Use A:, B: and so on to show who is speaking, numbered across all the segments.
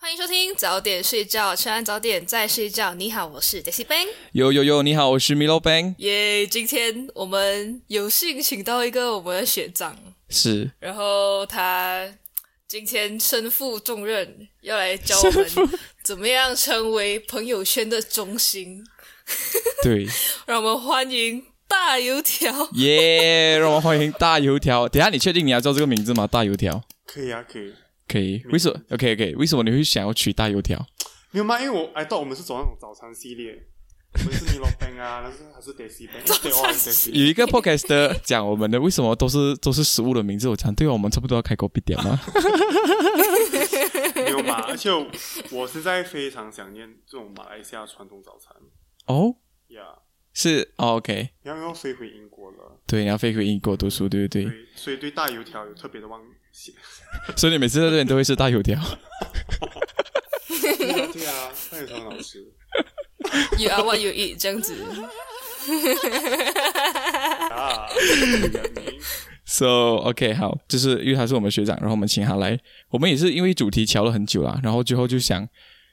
A: 欢迎收听，早点睡觉，吃完早点再睡觉。你好，我是 Daisy Bang，
B: 有有有，你好，我是 Milo Bang，
A: 耶今天我们有幸请到一个我们的学长，
B: 是
A: 然后他今天身负重任，要来教我们怎么样成为朋友圈的中心。
B: 对，
A: 让我们欢迎大油条。
B: 耶、让我们欢迎大油条。等一下，你确定你要叫这个名字吗？大油条
C: 可以啊，可以。
B: 可以？为什么？OK OK，为什么你会想要取大油条？
C: 没有吗？因为我 I thought 我们是走那种早餐系列，我们是米 i l o Bang 啊， 但是还是 Daisy Bang，对，我还是 Daisy。
B: 有一个 podcast 讲我们的为什么都是都是食物的名字，我讲对哦，我们差不多要开口闭点了。
C: 没有嘛？而且我我现在非常想念这种马来西亚传统早餐
B: 哦，
C: 呀。
B: 是哦 OK，
C: 然后又飞回英国了，
B: 对，你要飞回英国读书，对不对？
C: 对，所以对大油条有特别的忘性。
B: 所以你每次在这边都会吃大油条。
C: 对啊，对啊，那有什么好吃的
A: You are what you eat，这样子。
C: 啊？你
B: So OK，好，就是因为他是我们学长，然后我们请他来，我们也是因为主题瞧了很久啦，然后最后就想，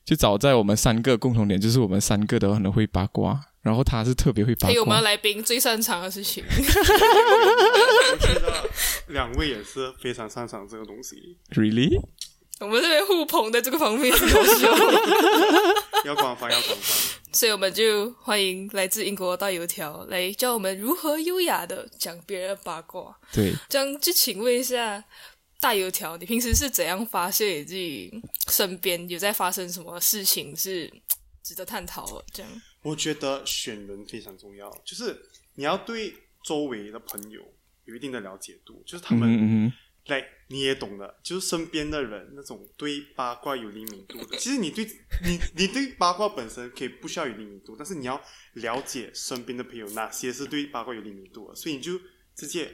B: 就找在我们三个共同点，就是我们三个都很会八卦，然后他是特别会八
A: 还有我们
B: 卦，
A: 来宾最擅长的事情，
C: 我觉得两位也是非常擅长这个东西，
B: Really？
A: 我们这边互捧的这个方面很优秀。
C: 要官方要官方。
A: 所以我们就欢迎来自英国的大油条来教我们如何优雅的讲别人的八卦。
B: 对，嗯
A: 这样就请问一下大油条，你平时是怎样发泄你自己身边有在发生什么事情是值得探讨的？这样
C: 我觉得选人非常重要，就是你要对周围的朋友有一定的了解度，就是他
B: 嗯
C: 们
B: 嗯嗯，
C: 来、你也懂的，就是身边的人那种对八卦有灵敏度的。其实你对 你你对八卦本身可以不需要有灵敏度，但是你要了解身边的朋友哪些是对八卦有灵敏度的，所以你就直接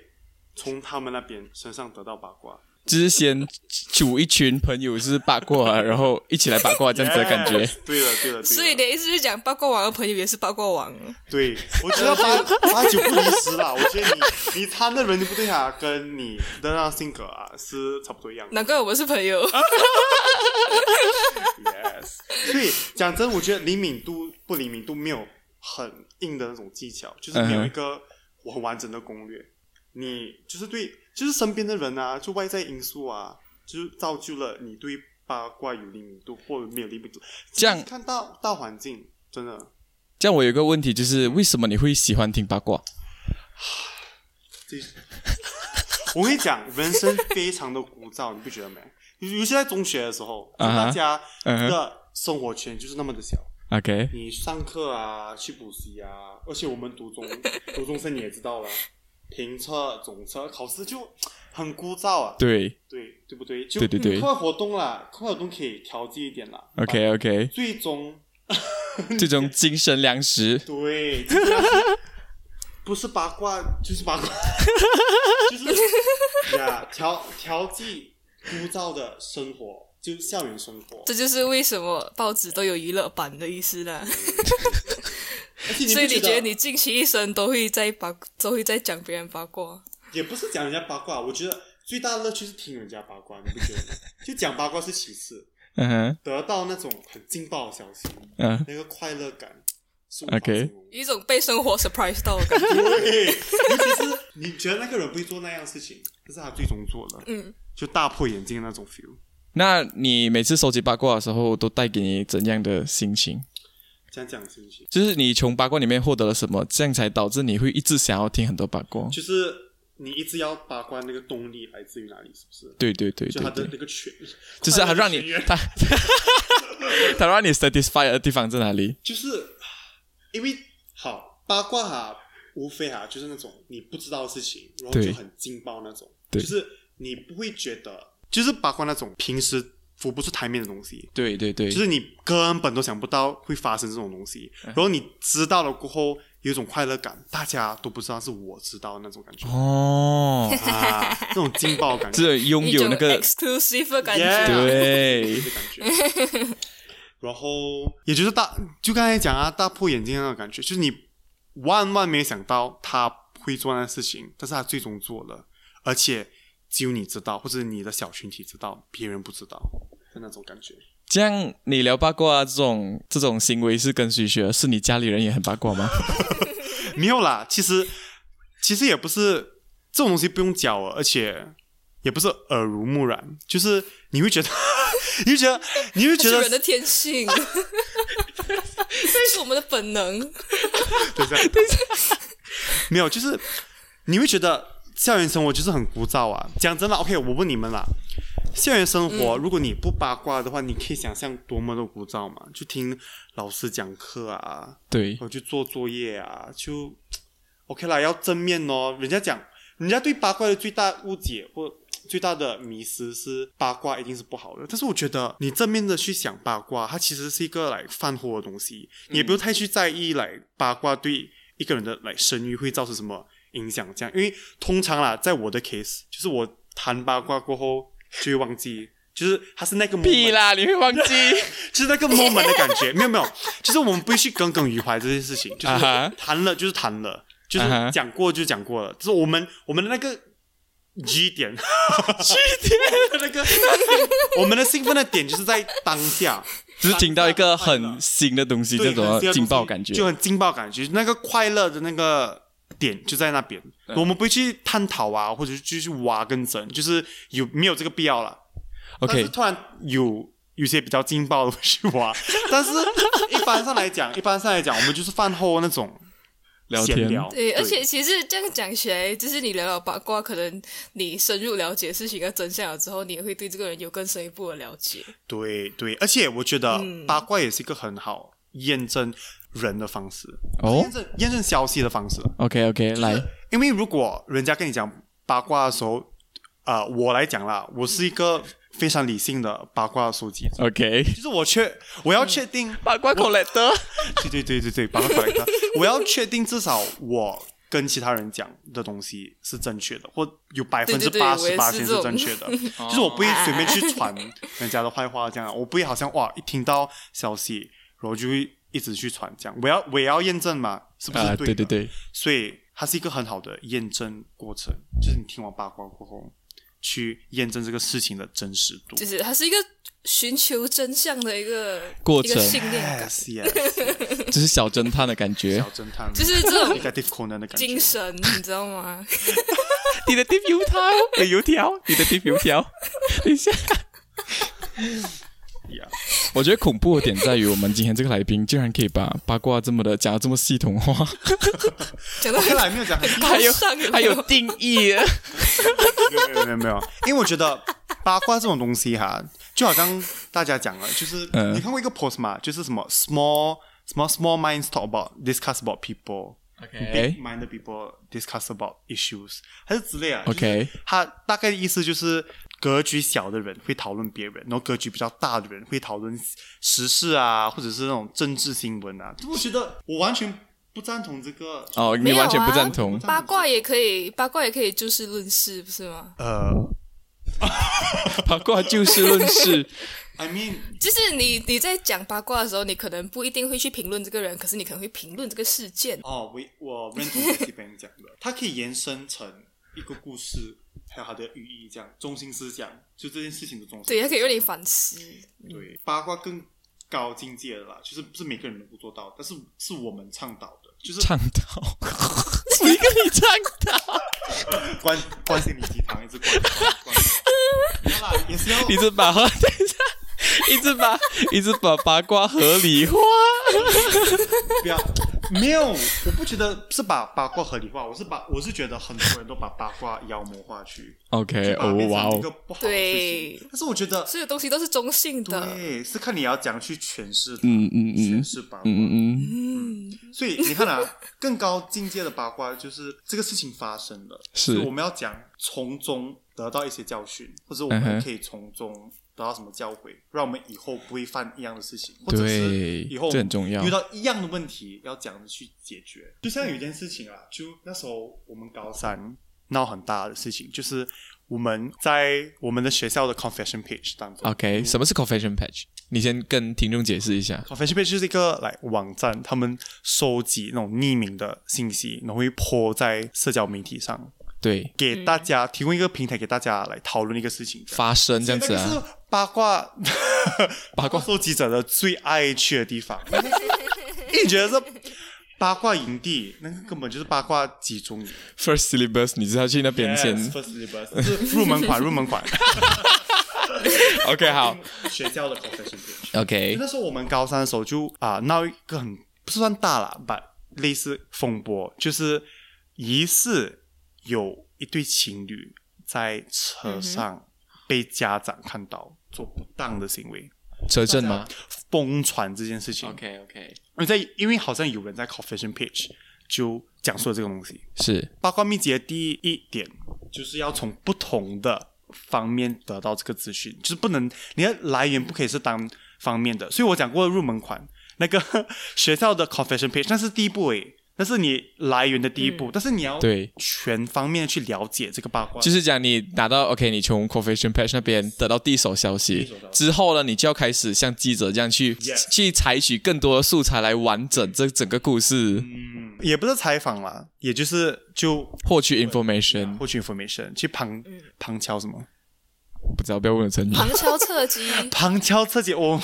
C: 从他们那边身上得到八卦。
B: 就是先组一群朋友是八卦，啊然后一起来八卦这样子的感觉。
C: Yes，对了对了对了，
A: 所以你的意思是讲八卦王的朋友也是八卦王？
C: 对，我觉得八八九不离十啦。我觉得你你参的人就不对啊，跟你的那性格啊是差不多一样的。
A: 难怪我们是朋友。
C: Yes，所以讲真，我觉得灵敏度不灵敏度没有很硬的那种技巧，就是
B: 嗯
C: 没有一个很完整的攻略。你就是对，就是身边的人啊，就外在因素啊，就是造就了你对八卦有灵敏度或者没有灵敏度。
B: 这样
C: 看到大环境，真的
B: 这样我有一个问题，就是为什么你会喜欢听八卦？
C: 这， 我跟你讲，人生非常的枯燥， 你不觉得没？尤尤其在中学的时候，就
B: 啊哈
C: 大家
B: 嗯哼
C: 的生活圈就是那么的小。
B: ，OK，
C: 你上课啊，去补习啊，而且我们读中 读中生你也知道啦，评测、总测、考试就很枯燥啊。
B: 对
C: 对对不对？就
B: 对对对
C: 课外活动啦，课外活动可以调剂一点啦。
B: ，OK OK，
C: 最终
B: 这种精神粮食，
C: 对，就是不是八卦就是八卦， 就是呀，调调剂枯燥的生活，就是校园生活。
A: 这就是为什么报纸都有娱乐版的意思啦。
C: 而且你不
A: 所以你觉
C: 觉
A: 得你尽其一生都会在八，都会在讲别人八卦？
C: 也不是讲人家八卦，我觉得最大的乐趣是听人家八卦，你不觉得吗？就讲八卦是其次，
B: 嗯哼，
C: 得到那种很劲爆的消息，
B: 嗯，
C: 那个快乐感是无法
B: OK
C: 形容的
A: 有一种被生活 surprise 到的感觉。
C: 对，尤其是你觉得那个人不会做那样的事情，可是他最终做了，
A: 嗯，
C: 就大破眼镜的那种 feel。
B: 那你每次收集八卦的时候，都带给你怎样的心情？
C: 讲讲心情，
B: 就是你从八卦里面获得了什么，这样才导致你会一直想要听很多八卦。
C: 就是你一直要八卦那个动力来自于哪里，是不是？
B: 对对对
C: 就
B: 对
C: 他的
B: 对，
C: 那个圈，
B: 就是他让你
C: 快乐的泉源
B: 他 他让你 satisfy 的地方在哪里？
C: 就是因为好八卦哈、无非哈、就是那种你不知道的事情，然后
B: 对
C: 就很劲爆那种，
B: 对
C: 就是你不会觉得，就是八卦那种平时浮不出台面的东西，
B: 对对对，嗯
C: 就是你根本都想不到会发生这种东西，然后你知道了过后有一种快乐感，大家都不知道是我知道的那种感觉、
B: 哦，
C: 啊，这种劲爆的感觉，
B: 这拥
A: 一
B: 有
A: 种
B: 那个
A: exclusive 的感
C: Yeah
A: 觉。啊
B: 对
C: 的感觉。然后，也就是大，就刚才讲啊，大破眼镜那种感觉，就是你万万没想到他会做那事情，但是他最终做了，而且只有你知道，或者你的小群体知道，别人不知道的那种感觉。
B: 这样你聊八卦这种这种行为是跟谁学？是你家里人也很八卦 吗？
C: 没有啦，其实其实也不是这种东西不用教啊，而且也不是耳濡目染，就是你会觉得， 你会觉得，你会觉
A: 是
C: 得
A: 人的天性， 这是我们的本能。
C: 对这样，没有，就是你会觉得校园生活就是很枯燥啊。讲真的，OK，我问你们啦，校园生活、如果你不八卦的话，你可以想象多么的枯燥嘛？就听老师讲课啊，
B: 对
C: 然，后去做作业啊，就 OK 啦，要正面哦。人家讲，人家对八卦的最大误解或最大的迷失是八卦一定是不好的，但是我觉得你正面的去想八卦，它其实是一个来饭后的东西，你也不用太去在意来八卦对一个人的来声誉会造成什么影响，这样，因为通常啦，在我的 case 就是我谈八卦过后就会忘记。就是它是那个 moment
B: 屁啦，你会 忘记
C: 就 是那个 moment 的感觉，没有没有，就是我们不会去耿耿于怀这件事情，就是
B: 啊哈
C: 谈了就是谈了，就是
B: 啊哈
C: 讲过就讲过了，就是我们我们的那个 G 点，G 点那个，我们的兴奋的点就是在当下，
B: 只是听到一个 很新的东西，
C: 对
B: 这种
C: 很
B: 劲爆感觉。
C: 就很劲爆感觉，那个快乐的那个点就在那边，
B: 嗯
C: 我们不会去探讨啊，或者是去挖根针，就是有没有这个必要了。但
B: OK，
C: 是突然有有些比较劲爆的去 挖，但是一般上来讲，一般上来讲，我们就是饭后那种
B: 聊
C: 闲
B: 天
C: 聊，
A: 对，而且其实这样讲起来，就是你聊聊八卦，可能你深入了解事情的真相了之后，你也会对这个人有更深一步的了解。
C: 对对，而且我觉得
A: 嗯
C: 八卦也是一个很好验证人的方式，
B: 哦
C: 验证验证消息的方式。
B: ，OK OK，来，
C: 因为如果人家跟你讲八卦的时候，啊、我来讲啦，我是一个非常理性的八卦收集者，
B: OK，
C: 就是我确
A: 嗯
C: 我要确定
B: 八卦 collector，
C: 对对对对对，把它搞一个。我要确定至少我跟其他人讲的东西是正确的，或有百分之
A: 对对
C: 八
A: 我
C: 十
A: 也
C: 八
A: 是
C: 是
A: 这种哦
C: 正确的，就是我不会随便去传人家的坏话，这样我不会好像哇一听到消息，然后就会一直去传这样。我要我也要验证嘛，是不是
B: 啊，
C: 对、
B: 对对， 对，
C: 所以它是一个很好的验证过程，就是你听完八卦过后。去验证这个事情的真实度
A: 就是它是一个寻求真相的一个
B: 过程
A: 一个信念 感，
C: ，yes yes，
B: 就是小侦探的感觉
C: 小。侦探
A: 就是这种
C: negative Conan 的感觉
A: 精，神，你知道吗？
B: 你的地油 条，诶哎油条，你的地油条，等一下。
C: Yeah
B: 我觉得恐怖的点在于，我们今天这个来宾竟然可以把八卦这么的讲的这么系统化，
A: 讲到
C: 看来没有讲很
A: 还有还有
B: 定义。
C: 没有没有没有，因为我觉得八卦这种东西哈，就好像大家讲了，就是、
B: 嗯
C: 你看过一个 post 嘛，就是什么 small 什么 small minds talk about discuss about people。
B: OK
C: Big minded people discuss about issues，还是之类啊。
B: OK
C: 就是它大概的意思就是，格局小的人会讨论别人，然后格局比较大的人会讨论时事啊，或者是那种政治新闻啊。就我觉得我完全不赞同这个
B: 哦，
A: 没
B: 你
A: 有
B: 完全不
A: 啊
B: 赞同。
A: 八卦也可以，八卦也可以就事论事，不是吗？
C: 呃
B: 八卦就事论事。
C: ，I mean
A: 就是你你在讲八卦的时候，你可能不一定会去评论这个人，可是你可能会评论这个事件。
C: 哦，我我认同 Jesse b a n 讲 的，它可以延伸成一个故事，还有它的寓意，这样中心思想就这件事情的中心。
A: 对，它可以让你反思。
C: 对八卦更高境界了啦，就是不是每个人能够做到，但是是我们倡导的，就是
B: 倡导，谁跟你倡导？
C: 关关心你鸡汤，一直关关关。 没有啦，也是要
B: 一直 把和等一下，一直把一直把八卦合理 化。
C: 不要。没有，我不觉得是把八卦合理化，我是把我是觉得很多人都把八卦妖魔化去，
A: 哎
B: OK，
C: 就把它
B: 哦
C: 变
B: 哇
C: 成一个
B: 哦，
C: 不好的事情
A: 对。
C: 但是我觉得
A: 所有东西都是中性的，
C: 对，是看你要怎样去诠释它，
B: 嗯嗯嗯
C: 诠释八卦。
B: 嗯嗯，
C: 所以你看啊，更高境界的八卦就是这个事情发生了，
B: 是
C: 所以我们要讲从中得到一些教训，或者我们
B: 嗯哼
C: 可以从中得到什么教诲，让我们以后不会犯一样的事情，或
B: 对
C: 者是以后
B: 这很重要
C: 遇到一样的问题要讲着去解决。就像有一件事情啊，就那时候我们高三闹很大的事情，就是我们在我们的学校的 confession page 当中
B: OK，什么是 confession page？你先跟听众解释一下。
C: confession page 就是一个来网站，他们收集那种匿名的信息，然后会泼在社交媒体上。
B: 对
C: 给大家提供一个平台，给大家来讨论一个事情。
B: 发声这样子
C: 所以那
B: 啊，
C: 个是八卦
B: 八卦
C: 收集者的最爱去的地方。你觉得是八卦营地？那个根本就是八卦集中营。
B: first syllabus，你知道去那边先。
C: Yes, first syllabus，是 入门款，入门款。
B: OK，好
C: 学校的 confession page。
B: ，OK，
C: 那时候我们高三的时候就啊、闹一个很不是算大了，把类似风波，就是疑似有一对情侣在车上被家长看到做不当的行为，
B: 车震吗
C: 疯传这件事情。
B: ？OK OK，
C: 因为在因为好像有人在 confession page 就讲述了这个东西。
B: 是
C: 八卦秘籍的第一点就是要从不同的方面得到这个资讯，就是不能你的来源不可以是单方面的。所以我讲过入门款那个 学校的 confession page，那是第一步诶，那是你来源的第一步，但是你要
B: 嗯对
C: 全方面去了解这个八卦，
B: 就是讲你拿到 OK，你从 Confession Page 那边得到第一手消息之后呢，你就要开始像记者这样去
C: Yes
B: 去采取更多的素材来完整这整个故事，
C: 嗯也不是采访啦，也就是就
B: 获取 information。
C: 获取 information 去旁旁敲什么。
B: 不知道，不要问我成语。啊
A: 旁敲侧击，
C: 旁敲侧击，我们。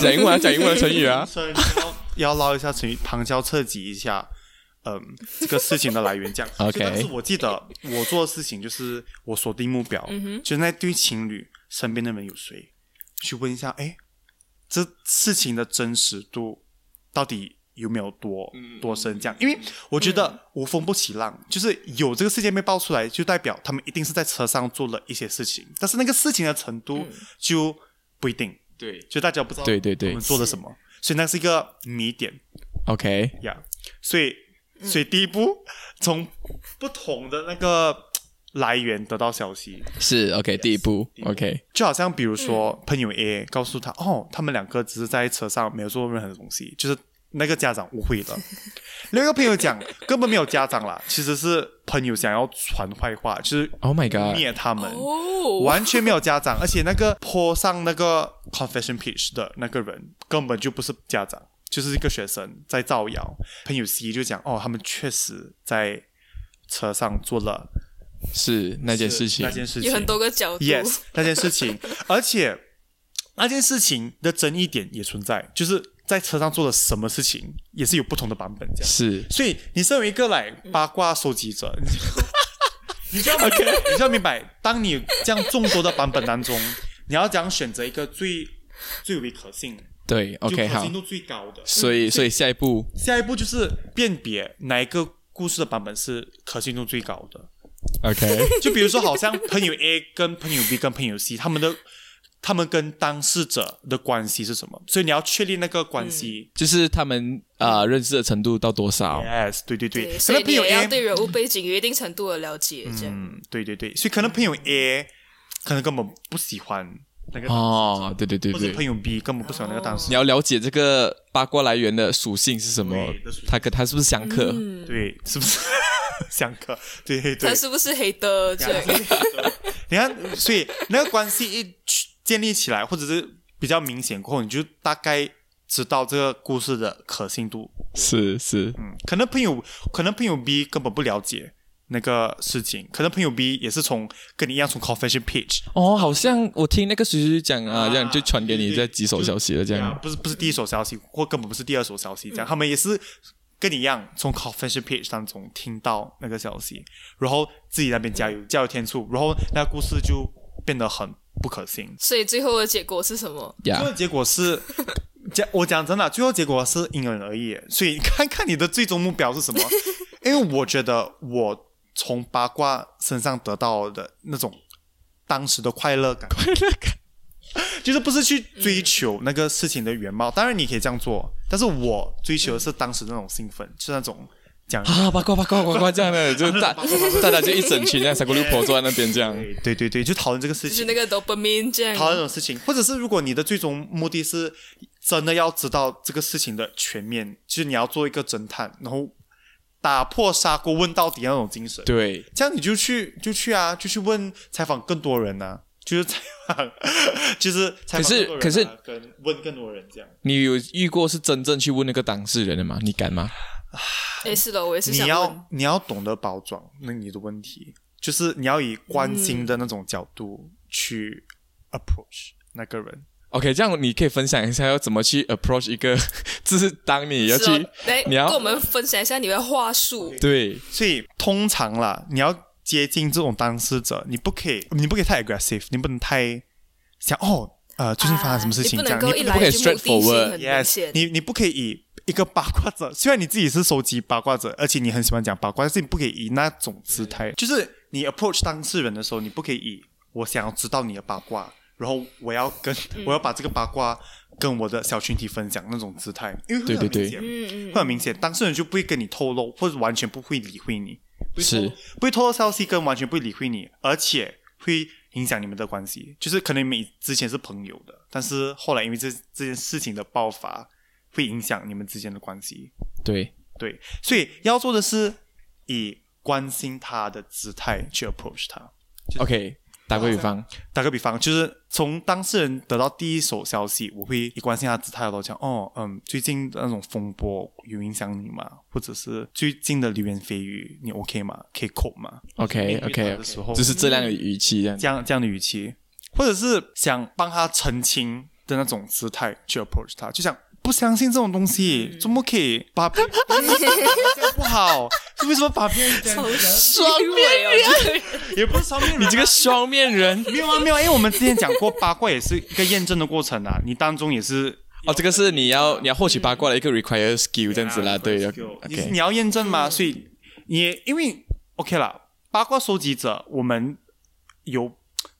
B: 讲英文啊，讲英文的成语啊
C: 所以要要捞一下成语，旁敲侧击一下，嗯，这个事情的来源这样。
B: OK
C: 所以当时我记得我做的事情就是我锁定目标，就是那对情侣身边的人有谁，去问一下，哎，这事情的真实度到底有没有多、多深？这样，因为我觉得无风不起浪，就是有这个事件被爆出来，就代表他们一定是在车上做了一些事情，但是那个事情的程度就不一定。
B: 对
C: 就大家不知道
B: 对对对
C: 我们做的什么，所以那是一个谜点
B: ，OK，
C: 呀。所以，所以第一步从不同的那个来源得到消息，
B: 是 OK 第一步，OK
C: 就好像比如说、
A: 嗯
C: 朋友 A 告诉他，哦，他们两个只是在车上没有做任何东西，就是那个家长误会 了。另一个朋友讲根本没有家长啦，其实是朋友想要传坏话，就是
B: ，Oh my God，
C: 灭他们。
A: 哦，
C: 完全没有家长，而且那个坡上那个 confession page 的那个人根本就不是家长，就是一个学生在造谣。朋友 C 就讲哦，他们确实在车上做了
B: 是那件事情
C: 那件事情
A: 有很多个 角度
C: yes 那件事情，而且那件事情的争议点也存在，就是在车上做了什么事情，也是有不同的版本这样。
B: 是
C: 所以你身为一个来八卦收 集者，你就你就要明白，你就要明白，当你这样众多的版本当中，你要讲选择一个最最为可信、
B: 对，OK
C: 就可
B: 好
C: 信，度最高的。
B: 所以所以下一步
C: 下一步就是辨别哪一个故事的版本是可信度最高的。嗯
B: OK
C: 就比如说，好像朋友 A 跟朋友 B 跟朋友 C 他们的。他们跟当事者的关系是什么？所以你要确立那个关系。
B: 就是他们啊、呃认识的程度到多少？
C: yes，对啊对对。可
A: 所
C: 能
A: 以
C: 朋
A: 你
C: 友
A: 也
C: A
A: 要嗯对人物背景有一定程度的了解，这样。
C: 嗯，对对对，所以可能朋
A: 嗯
C: 友 A 可能根本不喜欢那个，
B: 哦，对对对
C: 或者朋
B: 对，
C: 友 B 根本不喜欢那个当事
B: 你
C: 人。
B: 要了解这个八卦来源的属性是什么
C: 对的属性，
B: 他跟他是不是相克？
C: 嗯对，是不是 相克？对对对
A: 哦他，是不是黑的？这样
C: 你看，所以那个关系一建立起来，或者是比较明显过后，你就大概知道这个故事的可信度。
B: 是是，
C: 嗯，可能朋友，可能朋友 B 根本不了解那个事情，可能朋友 B 也是从跟你一样从 confession page
B: 哦，好像我听那个谁谁谁讲啊，
C: 啊
B: 这样就传给你
C: 对
B: 在
C: 对
B: 几手消息了，这
C: 对啊
B: 样，
C: 不是不是第一手消息，或根本不是第二手消息，这样、他们也是跟你一样从 confession page 当中听到那个消息，然后自己那边加油加油添醋，然后那个故事就变得很不可信。
A: 所以最后的结果是什么？
B: 呀
C: 最后结果是，讲我讲真的，最后结果是因人而异，所以看看你的最终目标是 什么。因为我觉得我从八卦身上得到的那种当时的快乐感，快乐感，就是不是去追求那个事情的原貌，当然你可以这样做，但是我追求的是当时那种兴奋，是那种讲。
B: 啊，八卦八卦八卦这样 的，就大大家就一整群这样三姑六婆坐在那边这样，
C: 哎对对对，就讨论这个事
A: 就
C: 情
A: 是那，个 dopamine 这
C: 讨论这
A: 样。
C: 种事情，或者是如果你的最终目的是真的要知道这个事情的全面，就是你要做一个侦探，然后打破砂锅问到底那种精神。，
B: 对，
C: 这样你就去就去啊，就去问采访更多人啊，就是采访，就是采访
B: 可是
C: 更多人啊
B: 可是
C: 跟问更多人这样。
B: 你有遇过是真正去问那个当事人的吗？你敢吗？
A: 哎，是的，我也是
C: 你
A: 想问
C: 要你要懂得包装，那你的问题就是你要以关心的那种角度去 approach 那个人。
B: OK，这样你可以分享一下要怎么去 approach 一个，就是当你要
A: 是哦
B: 去
A: 来
B: 你要
A: 跟我们分享一下你的话术。
B: 对
C: 所以通常啦，你要接近这种当事者，你不可以，你不可以太 aggressive，你不能太想哦，呃，最近发生什么事情
A: 啊
C: 这
A: 你
C: 样，
A: 不能够
C: 你
A: 一
C: 不
B: 不可
A: 来
B: 以
A: 就目的
B: straightforward
A: 性很明
C: yes，
A: 显。
C: 你你不可以以一个八卦者，虽然你自己是收集八卦者，而且你很喜欢讲八卦，但是你不可以以那种姿态，就是你 approach 当事人的时候，你不可以以我想要知道你的八卦，然后我要跟、
A: 嗯
C: 我要把这个八卦跟我的小群体分享那种姿态，因为会
B: 对
C: 很
B: 对对
C: 明显，
A: 嗯嗯
C: 会很明显，当事人就不会跟你透露，或者完全不会理会你，不会透
B: 是
C: 不会透露消息，跟完全不会理会你，而且会影响你们的关系。就是可能你们之前是朋友的，但是后来因为这这件事情的爆发，会影响你们之间的关系。
B: 对
C: 对，所以要做的是以关心他的姿态去 approach 他。
B: ，OK，打个比方，
C: 打个比方，就是从当事人得到第一手消息，我会以关心他的姿态来讲，哦，嗯，最近的那种风波有影响你吗？或者是最近的流言蜚语，你 OK 吗？可以 cope 吗？
B: OK
C: 面对
B: OK，
C: 他的时候
B: 就是这样的语气这样。
C: 这样这样的语气，或者是想帮他澄清的那种姿态去 approach 他，就想不相信这种东西，怎么可以 把别人这样不好？为什么把别人这样
A: 好爽面哦，这个人
C: 也不是双面人啊？
B: 你这个双面 人
C: 没有啊，没有啊，因为我们之前讲过，八卦也是一个验证的过程啊，你当中也是
B: 哦，这个是你要你要获取八卦的一个 require skill 这样子啦，
C: 啊
B: 对
C: skill 你
B: ，OK
C: 你要验证嘛，所以你也因为 OK 啦，八卦收集者，我们有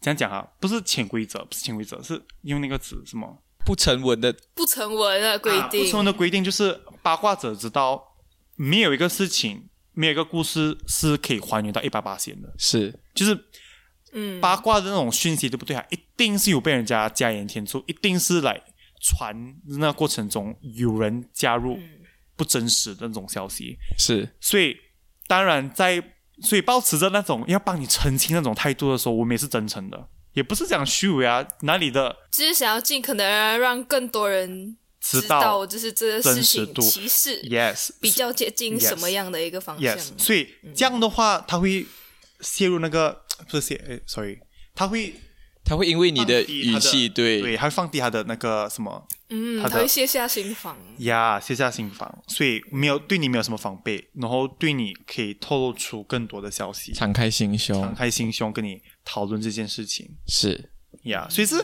C: 怎样讲啊？不是潜规则，不是潜规则，是用那个词什么？
B: 不成文的
A: 不成文的规
C: 啊不
A: 定
C: 成文。的规定就是八卦者知道，没有一个事情，没有一个故事是可以还原到一百八线的，
B: 是
C: 就是
A: 嗯，
C: 八卦的那种讯息对不对啊？一定是有被人家加盐添醋，一定是来传那过程中有人加入
A: 嗯
C: 不真实的那种消息，
B: 是
C: 所以当然在所以保持着那种要帮你澄清那种态度的时候，我们也是真诚的，也不是讲虚伪啊，哪里的
A: 就是想要尽可能让更多人
C: 知道
A: 道，就是这个事
C: 真实
A: 情
C: 度
A: 其实
C: ，yes
A: 比较接近
C: Yes
A: 什么样的一个方向
C: yes，所以这样的话，他会陷入那个不是陷，哎，sorry，他会
B: 他会因为你的
C: 放低他
B: 语气，
C: 对，他会放低他的那个什么。
A: 嗯，
C: 他的
A: 他会卸下心防。
C: 呀卸下心防，所以没有对你没有什么防备，然后对你可以透露出更多的消息，
B: 敞开心
C: 敞
B: 胸，
C: 开心胸跟你讨论这件事情
B: 是
C: 呀。所以是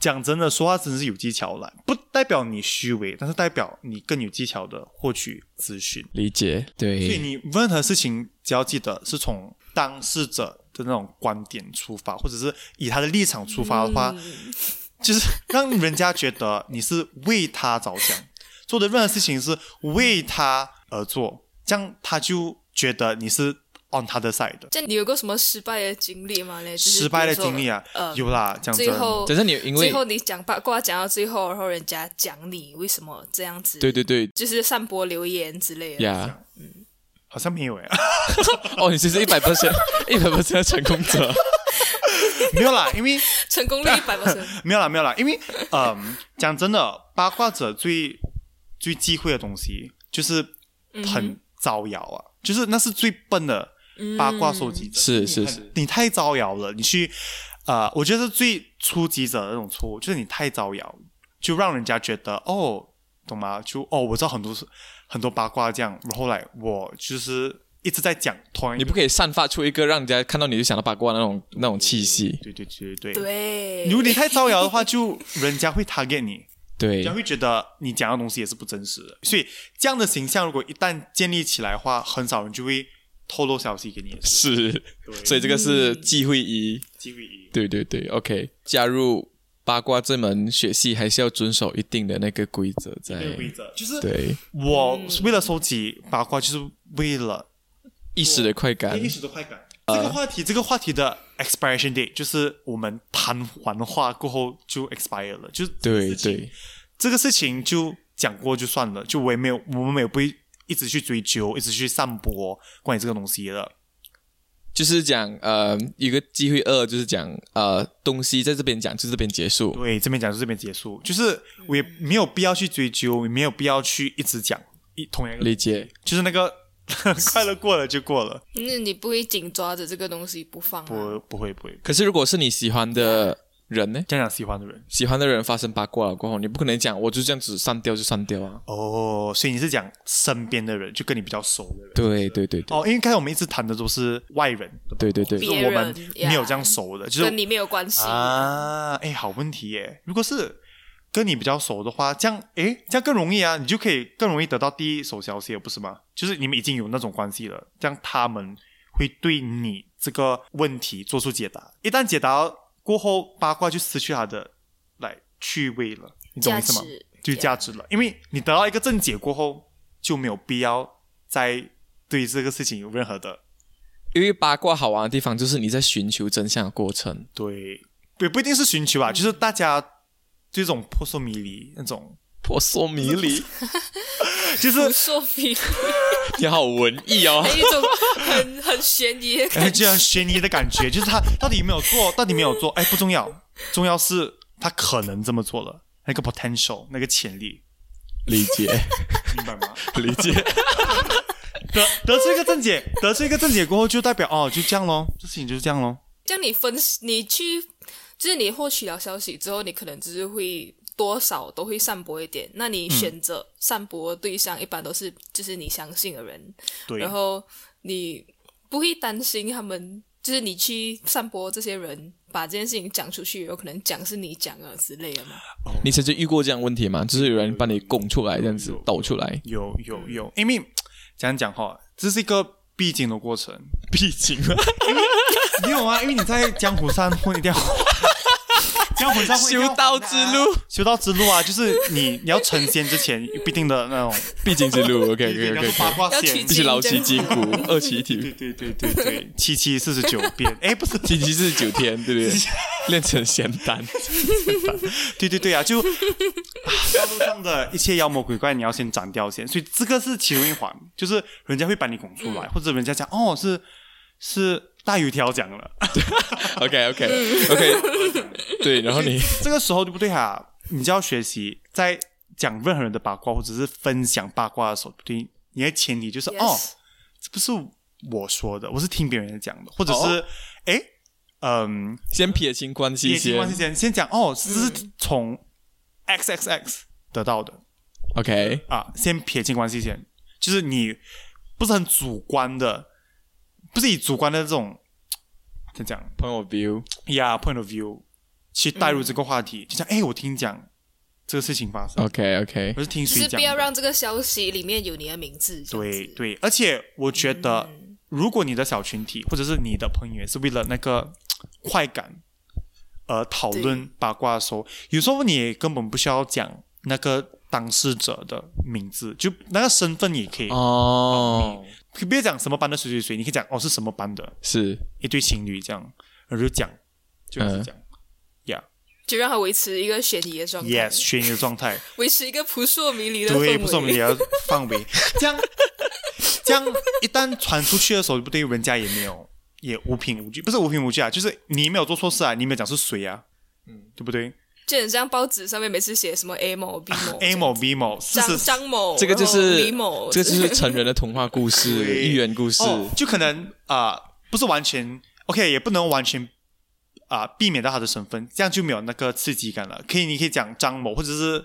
C: 讲真的，说话真的是有技巧了，不代表你虚伪，但是代表你更有技巧的获取资讯。
B: 理解，
C: 所以
A: 嗯
B: 对
C: 你任何事情只要记得是从当事者的那种观点出发，或者是以他的立场出发的话，
A: 嗯
C: 就是让人家觉得你是为他着想，做的任何事情是为他而做，这样他就觉得你是 on 他的 side 的。
A: 这样你有过什么失败的经历吗？嘞，就是
C: 失败的
A: 比如说
C: 经历啊，
A: 呃，
C: 有啦，讲真
A: 最，后
B: 假设你因为
A: 最后你讲八卦讲到最后，然后人家讲你为什么这样子，
B: 对，对对
A: 就是散播流言之类的。
B: 呀，
C: 好像没有欸诶、
B: 哦，你其实一百 percent 一百 percent 的成功者，
C: 没有啦，因为
A: 成功率一百 percent，
C: 没有啦，没有啦，因为嗯，讲真的，八卦者最最忌讳的东西就是很招摇啊，就是那是最笨的八卦收集者。
B: 是是是，
C: 你太招摇了，你去呃，我觉得是最初级者的那种错误，就是你太招摇，就让人家觉得哦，懂吗？就哦，我知道很多很多八卦这样，然后来我就是一直在讲同
B: 你
C: 一
B: 不
C: 个，
B: 可以散发出一个让人家看到你就想到八卦的那种那种气息，
C: 对对对对 对。
A: 对，
C: 如果你太招摇的话，就人家会 target 你。
B: 对
C: 人家会觉得你讲的东西也是不真实的。所以这样的形象如果一旦建立起来的话，很少人就会透露消息给你的。
B: 是，
C: 对
B: 所以这个是忌讳一，
C: 机会一
B: 对对对，OK，加入八卦这门学系还是要遵守一定的那个规则在，
C: 个规则，就是
B: 对
C: 我为了收集八卦，就是为了
B: 一时的快感
C: 一，时的快感。这个话题，这个话题的 expiration date 就是我们谈完话过后就 expire 了，就是这个
B: 对
C: 事情
B: 对，
C: 这个事情就讲过就算了，就我也没有，我们也不会一直去追究，一直去散播关于这个东西了。
B: 就是讲呃一个机会二就是讲呃东西在这边讲就这边结束，
A: 嗯
C: 对，这边讲就这边结束，就是我也没有必要去追究，也没有必要去一直讲，一一同样一个
B: 理解。
C: 就是那个 快乐过了就过了，
A: 那嗯你不会紧抓着这个东西不放、啊，
C: 不不会不会。
B: 可是如果是你喜欢的人呢？
C: 这样讲喜欢的人
B: 喜欢的人发生八卦了过后，你不可能讲我就这样子删掉就删掉啊。
C: 哦，所以你是讲身边的人，就跟你比较熟的人。
B: 对对对对
C: 哦，因为刚才我们一直谈的都是外人，
B: 对对对，
C: 就是
A: 别
C: 我
A: 人
C: 们没有这样
A: yeah
C: 熟的，就是
A: 跟你没有关系。
C: 啊，哎，好问题耶！如果是跟你比较熟的话，这样哎，这样更容易啊，你就可以更容易得到第一手消息了，不是吗？就是你们已经有那种关系了，这样他们会对你这个问题做出解答。一旦解答过后，八卦就失去它的来趣味了，你懂我意思吗
A: 价值？
C: 就
A: yeah
C: 价值了，因为你得到一个正解过后，就没有必要再对这个事情有任何的
B: 因为八卦好玩的地方就是你在寻求真相的过程。
C: 对，也不一定是寻求
A: 嗯
C: 啊，就是大家这种扑朔迷离 那种，
B: 婆娑迷离，
C: 就
A: 不
C: 是
A: 说明
B: 你好文艺哦
A: 有一种很很悬疑的
C: 哎，
A: 感
C: 这
A: 觉。
C: 样悬疑的感 觉，就是他到底有没有做，到底没有做，哎，不重要，重要是他可能这么做了，那个 potential，那个潜力，
B: 理解
C: 明白 吗？
B: 理解。
C: 得得出一个正解，得出一个正解过后，就代表哦，就这样咯，这事情就是这样咯。
A: 这样你分析，你去，就是你获取了消息之后，你可能就是会多少都会散播一点。那你选择散播的对象，一般都是就是你相信的人，
C: 对
A: 然，后你不会担心他们，就是你去散播这些人把这件事情讲出去，有可能讲是你讲的之类的嘛。
B: 你曾经遇过这样的问题吗？就是有人把你拱出来，这样子
C: 有
B: 抖出来，
C: 有有
A: 嗯
C: 有，因为这样讲哈，这是一个必经的过程，
B: 毕竟
C: 没有啊，因为你在江湖上混一定要 江湖上混一定要
B: 修道之路，
C: 修道之路啊，就是你你要成仙之前有必定的那种，
B: 必经之路。OK
C: 一定
B: OK
C: 要
B: OK，
C: 做八卦
A: 要取
C: 仙
B: 必，须劳其筋骨，饿其 体，
C: 对对对对，七七四十九 变，哎，不是，
B: 星期四九天，对不 对？练成仙 丹，
C: 对对对啊，就啊道路上的一切妖魔鬼怪，你要先斩掉先，所以这个是其中一环，就是人家会把你拱出
B: 嗯
C: 来，或者人家讲哦是是大油条讲了，
B: OK OK OK，对，然后你
C: 这个时候对不对哈、你就要学习在讲任何人的八卦或者是分享八卦的时候，对不对，你的前提就是哦
A: Yes，
C: 这不是我说的，我是听别人讲的，或者是哎、诶嗯，
B: 先撇清关系
C: 也听
B: 先
C: 关系先先讲哦，这是从 X X X 得到的
B: OK，
C: 啊，先撇清关系先，就是你不是很主观的，不是以主观的这种怎讲
B: 朋友 view，
C: 呀、point of view 去带
A: 嗯
C: 入这个话题，就像哎，我听讲这个事情发生，
B: OK OK，
C: 我是听
A: 就
C: 谁
A: 是
C: 讲
A: 不要
C: 的
A: 让这个消息里面有你的嗯名字。这样
C: 对
A: 子，
C: 对，而且我觉得，如果你的小群体或者是你的朋友是为了那个快感而讨论八卦的时候，有时候你也根本不需要讲那个当事者的名字，就那个身份也
B: 嗯
C: 可以，
B: 哦，
C: 可别讲什么班的谁谁谁，你可以讲哦是什么班的
B: 是
C: 一对情侣这样，然后就讲就是
B: 嗯
C: 讲。呀
A: 就让它维持一个悬疑的状态
C: yes，悬疑的状态，
A: 维持一个扑朔迷离的氛围。
C: 对，不是我们也要范 围，这样这样一旦传出去的时候，对不对，人家也没有也无凭无据，不是无凭无据啊，就是你没有做错事啊，你没有讲是谁啊，嗯，对不对
A: 就很像报纸上面每次写什么 A 某 B 某
C: ？A 某 B 某，事
A: 哦张
C: 实
A: 张某，
B: 这个就
A: 然后
B: 是
A: 李某，
B: 这个就是成人的童话故事、
C: 对
B: 寓言故事，
C: 哦，就可能啊、不是完全 OK，也不能完全啊、避免到他的身份，这样就没有那个刺激感了。可以，你可以讲张某，或者是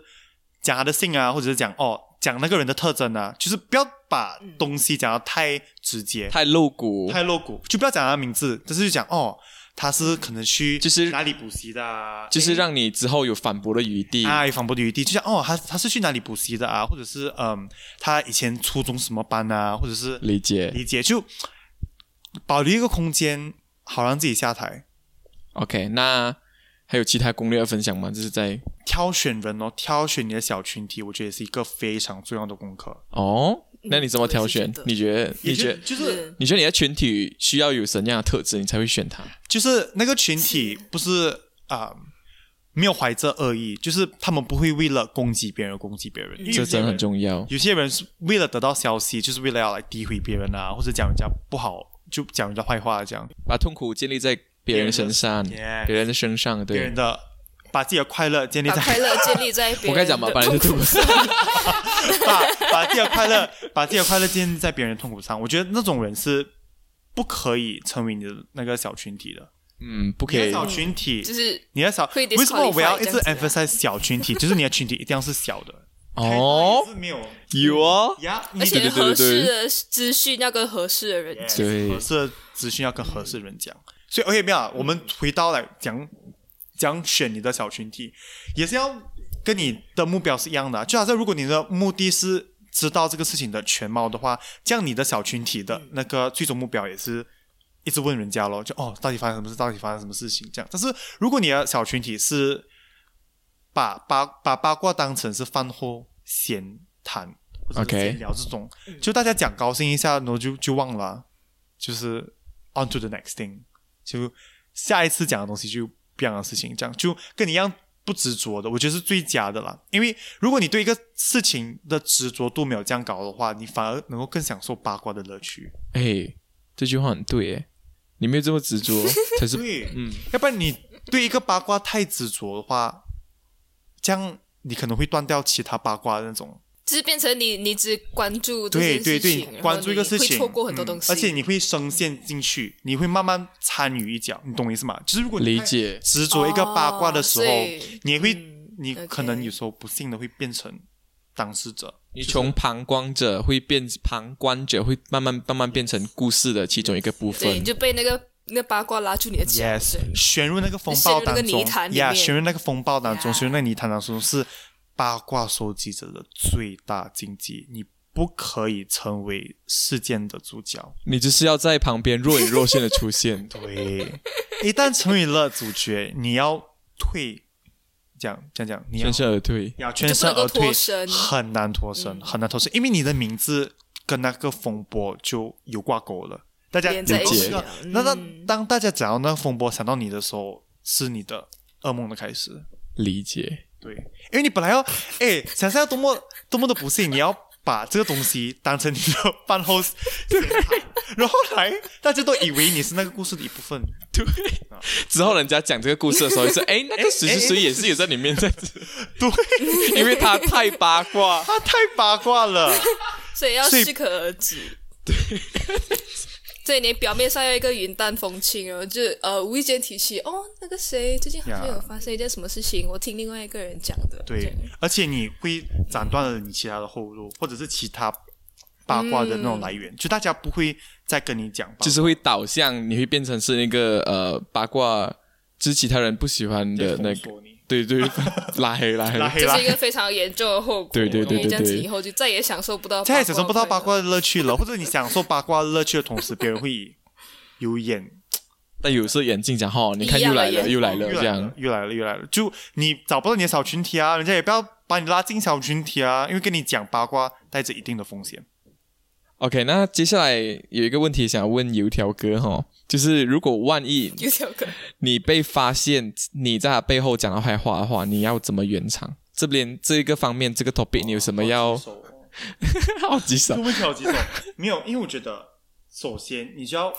C: 讲他的姓啊，或者是讲哦讲那个人的特征啊，就是不要把
A: 嗯
C: 东西讲的太直接。
B: 太露骨，
C: 太露骨，就不要讲他的名字，但是就讲哦，他是可能去
B: 就是
C: 哪里补习的、啊，
B: 就是让你之后有反驳的余地。
C: 啊有反驳的余地，就像哦，他他是去哪里补习的啊，或者是嗯，他以前初中什么班啊，或者是
B: 理解
C: 理解，就保留一个空间，好让自己下台。
B: ，OK，那还有其他攻略要分享吗？就是在
C: 挑选人哦，挑选你的小群体，我觉得也是一个非常重要的功课。
B: 哦，那你怎么挑选
A: 我也是觉得？
B: 你觉得？你觉
C: 也
B: 得？
C: 就就是
A: 是
B: 你觉得你的群体需要有什么样的特质，你才会选他？
C: 就是那个群体不是啊、没有怀着恶意，就是他们不会为了攻击别人而攻击别人，因为
B: 这
C: 有些
B: 真的很
C: 人
B: 重要。
C: 有些人是为了得到消息，就是为了要来诋毁别人啊，或者讲人家不好，就讲人家坏话这样。
B: 把痛苦建立在别人身上，
C: Yes
B: 别人的身上，
C: 别人
B: 对，
C: 的把自己的快乐建立
A: 把
C: 在
A: 快乐建立在别人
D: 我跟你讲嘛，
A: 的
D: 本来就
A: 痛
D: 对
A: 苦
D: 不起。
C: 把把自己的快乐，把自己的快乐建立在别人的痛苦上。我觉得那种人是不可以成为你的那个小群体的。
B: 嗯，不可
C: 你的
B: 以。
C: 小群体，
A: 就是
C: 你的小，
A: 会
C: 为什么我要
A: disqualify
C: 一直
A: 这样子
C: emphasize 小群体？就是你的群体一定要是小的。
B: 哦
C: 开发也，是没有
B: 有哦，
C: 呀，你
A: 而且
B: 对对
A: 合
B: 对对
A: 适的资讯要跟合适的人讲。
B: 对
C: 合适的资讯要跟合适人讲。所以 OK，没有啊，我们回到来讲讲选你的小群体，也是要跟你的目标是一样的啊、就好像如果你的目的是知道这个事情的全貌的话，这样你的小群体的那个最终目标也是。一直问人家咯，就哦，到底发生什么事？到底发生什么事情？这样。但是如果你的小群体是把八把八卦当成是饭后闲谈或者是
B: OK
C: 闲聊这种就大家讲高兴一下，然后就就忘了啊、就是 on to the next thing，就下一次讲的东西就不一样的事情，这样就跟你一样不执着的，我觉得是最佳的啦。因为如果你对一个事情的执着度没有这样高的话，你反而能够更享受八卦的乐趣。
B: 哎，这句话很对诶，你没有这么执着才是
C: 对，
B: 嗯，
C: 要不然你对一个八卦太执着的话，这样你可能会断掉其他八卦的那种。
A: 就是变成你，你只关注这
C: 对
A: 件
C: 对
A: 事
C: 对
A: 情，，然后
C: 关注一个
A: 你
C: 事情，
A: 会错过很多
C: 嗯
A: 东西，
C: 而且你会深陷进去，你会慢慢参与一脚，你懂我意思吗？就是如果你
B: 理
C: 太
B: 解。
C: 执着一个八卦的时候，
A: 哦所以
C: 你会、
A: 嗯
C: 你
A: OK
C: 可能有时候不幸的会变成当事者。
B: 你从旁观者会变，旁观者会慢慢慢慢变成故事的其中一个部
A: 对，
B: 分
A: 你。就被那个那八卦拉住你的脚。
C: Yes，
A: 对
C: 旋入那个风暴
A: 陷入那
C: 当
A: 个
C: 中
A: 泥潭里
C: 呀，
A: 面
C: yeah, 旋入那个风暴当中，
A: Yeah
C: 旋入那个泥潭当中是八卦收集者的最大禁忌。你不可以成为事件的主角。。
B: 你就是要在旁边若隐若现的出现
C: 对，一旦成为了主角，你要退，这样这样讲，你要
B: 全身而退。
C: 要全
A: 就不
C: 身而
A: 能够
C: 退
A: 脱，身嗯
C: 很难脱身，很难脱身，因为你的名字跟那个风波就有挂钩了。大家
A: 连在
B: 一起
C: 有
A: 了
C: 那那
A: 嗯
C: 当大家讲到那个风波，想到你的时候，是你的噩梦的开始。
B: 理解，
C: 对，因为你本 来要，哎，想象多么多么的不幸，你要把这个东西当成你的 饭后闲谈， 然后后来大家都以为你是那个故事的一部分。对，
B: 之后人家讲这个故事的时 候，也是哎，那个谁谁谁也是有在里面在，
C: 对，
B: 因为他太八卦。
C: 他太八卦了。
A: 所以要
C: 所以
A: 适可而止。 对，所以你表面上要一个云淡风轻，然后就呃无意间提起哦，那个谁最近好像
C: Yeah
A: 有发生一件什么事情，我听另外一个人讲的。这
C: 对
A: 样，
C: 而且你会斩断了你其他的后路，或者是其他八卦的那种来
A: 嗯
C: 源，就大家不会再跟你讲吧。
B: 就是会导向，你会变成是那个呃八卦，就是其他人不喜欢的那个，
C: 封锁你
B: 对对，拉黑拉 黑，
C: 拉黑
A: 这
C: 啦
A: 是一，个非常严重的后果。
B: 对对对对
A: 因为这样子
B: 对
A: 以后就再也享受不到，
C: 再也享受不到八。卦的乐趣了，或者你享受八卦的乐趣的同时，别人会以有眼
B: 但有色眼镜讲哈，你看
A: 一样
B: 又
A: 的
B: 来了
A: 眼
B: 又来
A: 光
B: 了
C: 越
B: 这
C: 来
B: 样
C: 了，，越来了，越来了，就你找不到你的小群体啊，人家也不要把你拉进小群体啊，因为跟你讲八卦带着一定的风险。
B: OK，那接下来有一个问题想要问油条哥哈，就是如果万一
A: 有条歌，
B: 你被发现你在他背后讲他坏话的话，你要怎么圆场？这边这一个方面，这个 topic 你有什么
C: 哦
B: 要好棘手
C: 就？会挑几种，没有，因为我觉得，首先你就要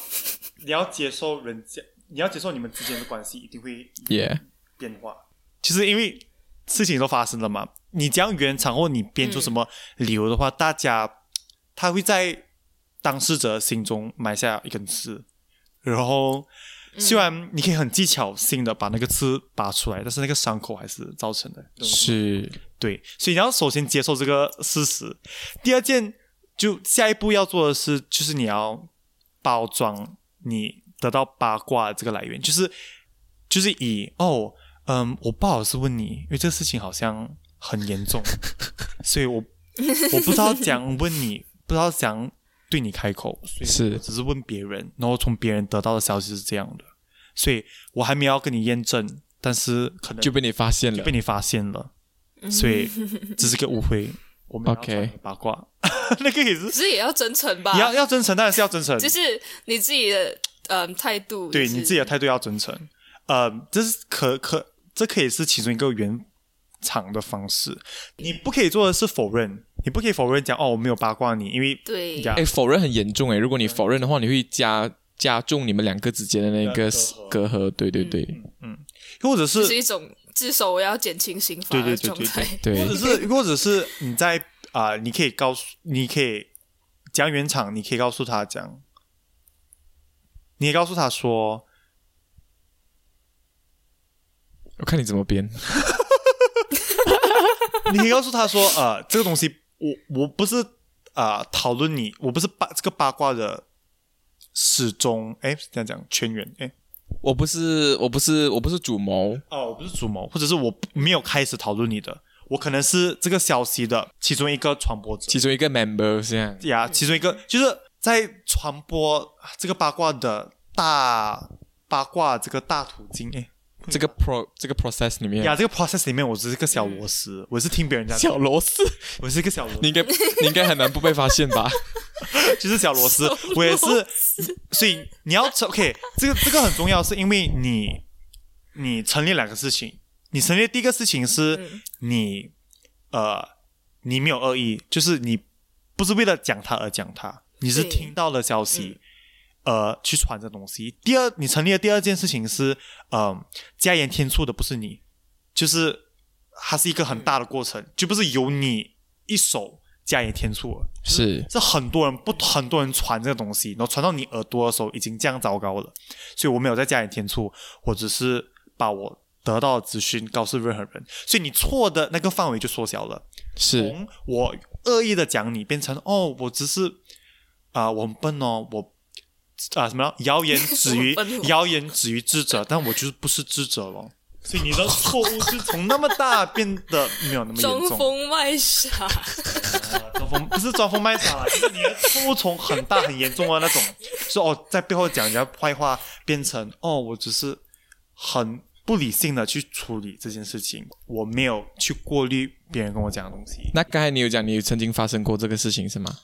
C: 你要接受人家，你要接受你们之间的关系一定会
B: 耶，
C: 变化。其实因为事情都发生了嘛，你讲原厂或你编出什么理由的话，大家他会在当事者心中埋下一根刺，然后虽然你可以很技巧性的把那个刺拔出来，但是那个伤口还是造成的。
B: 是
C: 对，所以你要首先接受这个事实。第二件，就下一步要做的是，就是你要包装你得到八卦这个来源，就是就是以哦，嗯，我不好意思问你，因为这个事情好像很严重，所以我我不知道怎样问你，不知道怎样对你开口，所以
B: 是
C: 我只是问别人，然后从别人得到的消息是这样的，所以我还没有要跟你验证，但是可能
B: 就被你发现
C: 就
B: 了
C: 被。你发现了，
A: 嗯
C: 所以这是个 误会。我们
B: OK
C: 八卦， 那个也是
A: 只是也要真诚吧
C: 你。要要真诚，当然是要真诚，
A: 就是你自己的嗯态度，
C: 对
A: 就是
C: 你自己的态度要真诚。呃，这是可可，这可以是其中一个圆场的方式。你不可以做的是否认，你不可以否认讲哦，我没有八卦你，因为
A: 对
C: 呀
B: 哎，否认很严重哎，如果你否认的话，你会加加重你们两个之间的那个
C: 隔阂嗯
B: 隔阂。对对对，
C: 或者
A: 就是
C: 是
A: 一种自首我要减轻刑罚
C: 对
A: 的
C: 对对
A: 状
C: 对
A: 态。
C: 对
B: 对
C: 或者是或者是你在啊、你可以告诉，你可以讲原厂，你可以告诉他讲，你也告诉他说，
B: 我看你怎么编。
C: 你可以告诉他说，呃，这个东西我我不是啊、呃讨论你，我不是八这个八卦的始终，哎，这样讲圈圆，哎，
B: 我不是，我不是，我不是主谋。
C: 哦，我不是主谋，或者是我没有开始讨论你的，我可能是这个消息的其中一个传播者
B: 其中一个 member 这样，
C: 呀，其中一个就是在传播这个八卦的大八卦这个大途径，哎，
B: 这个 pro 这个 process 里面，
C: 呀，这个 process 里面，我只是一个小螺丝，我是听别人家，
B: 小螺丝，
C: 我是一个小螺丝
B: 你，应该你应该很难不被发现吧？
C: 就是小螺丝，我也是，所以你要成 OK，这个这个很重要，是因为你你成立两个事情，你成立第一个事情是你、呃你没有恶意，就是你不是为了讲他而讲他，你是
A: 对
C: 听到了消息。呃，去传这东西。第二，你成立的第二件事情是，嗯、加盐添醋的不是你，就是它是一个很大的过程，就不是由你一手加盐添醋了。
B: 是，
C: 这很多人不很多人传这个东西，然后传到你耳朵的时候已经这样糟糕了，所以我没有在加盐添醋，我只是把我得到的资讯告诉任何人，所以你错的那个范围就缩小了，
B: 是，
C: 从我恶意的讲你变成哦，我只是啊、我很笨哦，我啊、什么啊谣言止于
A: 我很笨哦
C: 谣言止于智者，但我就是不是智者了。所以你的错误是从那么大变得没有那么严 重，
A: 装疯卖傻，
C: 装疯呃不是装疯卖傻啦，啊 就是你的错误从很大很严重的啊那种，是哦，在背后讲人家坏话，变成哦，我只是很不理性的去处理这件事情，我没有去过滤别人跟我讲的东西。
B: 那刚才你有讲你曾经发生过这个事情是吗？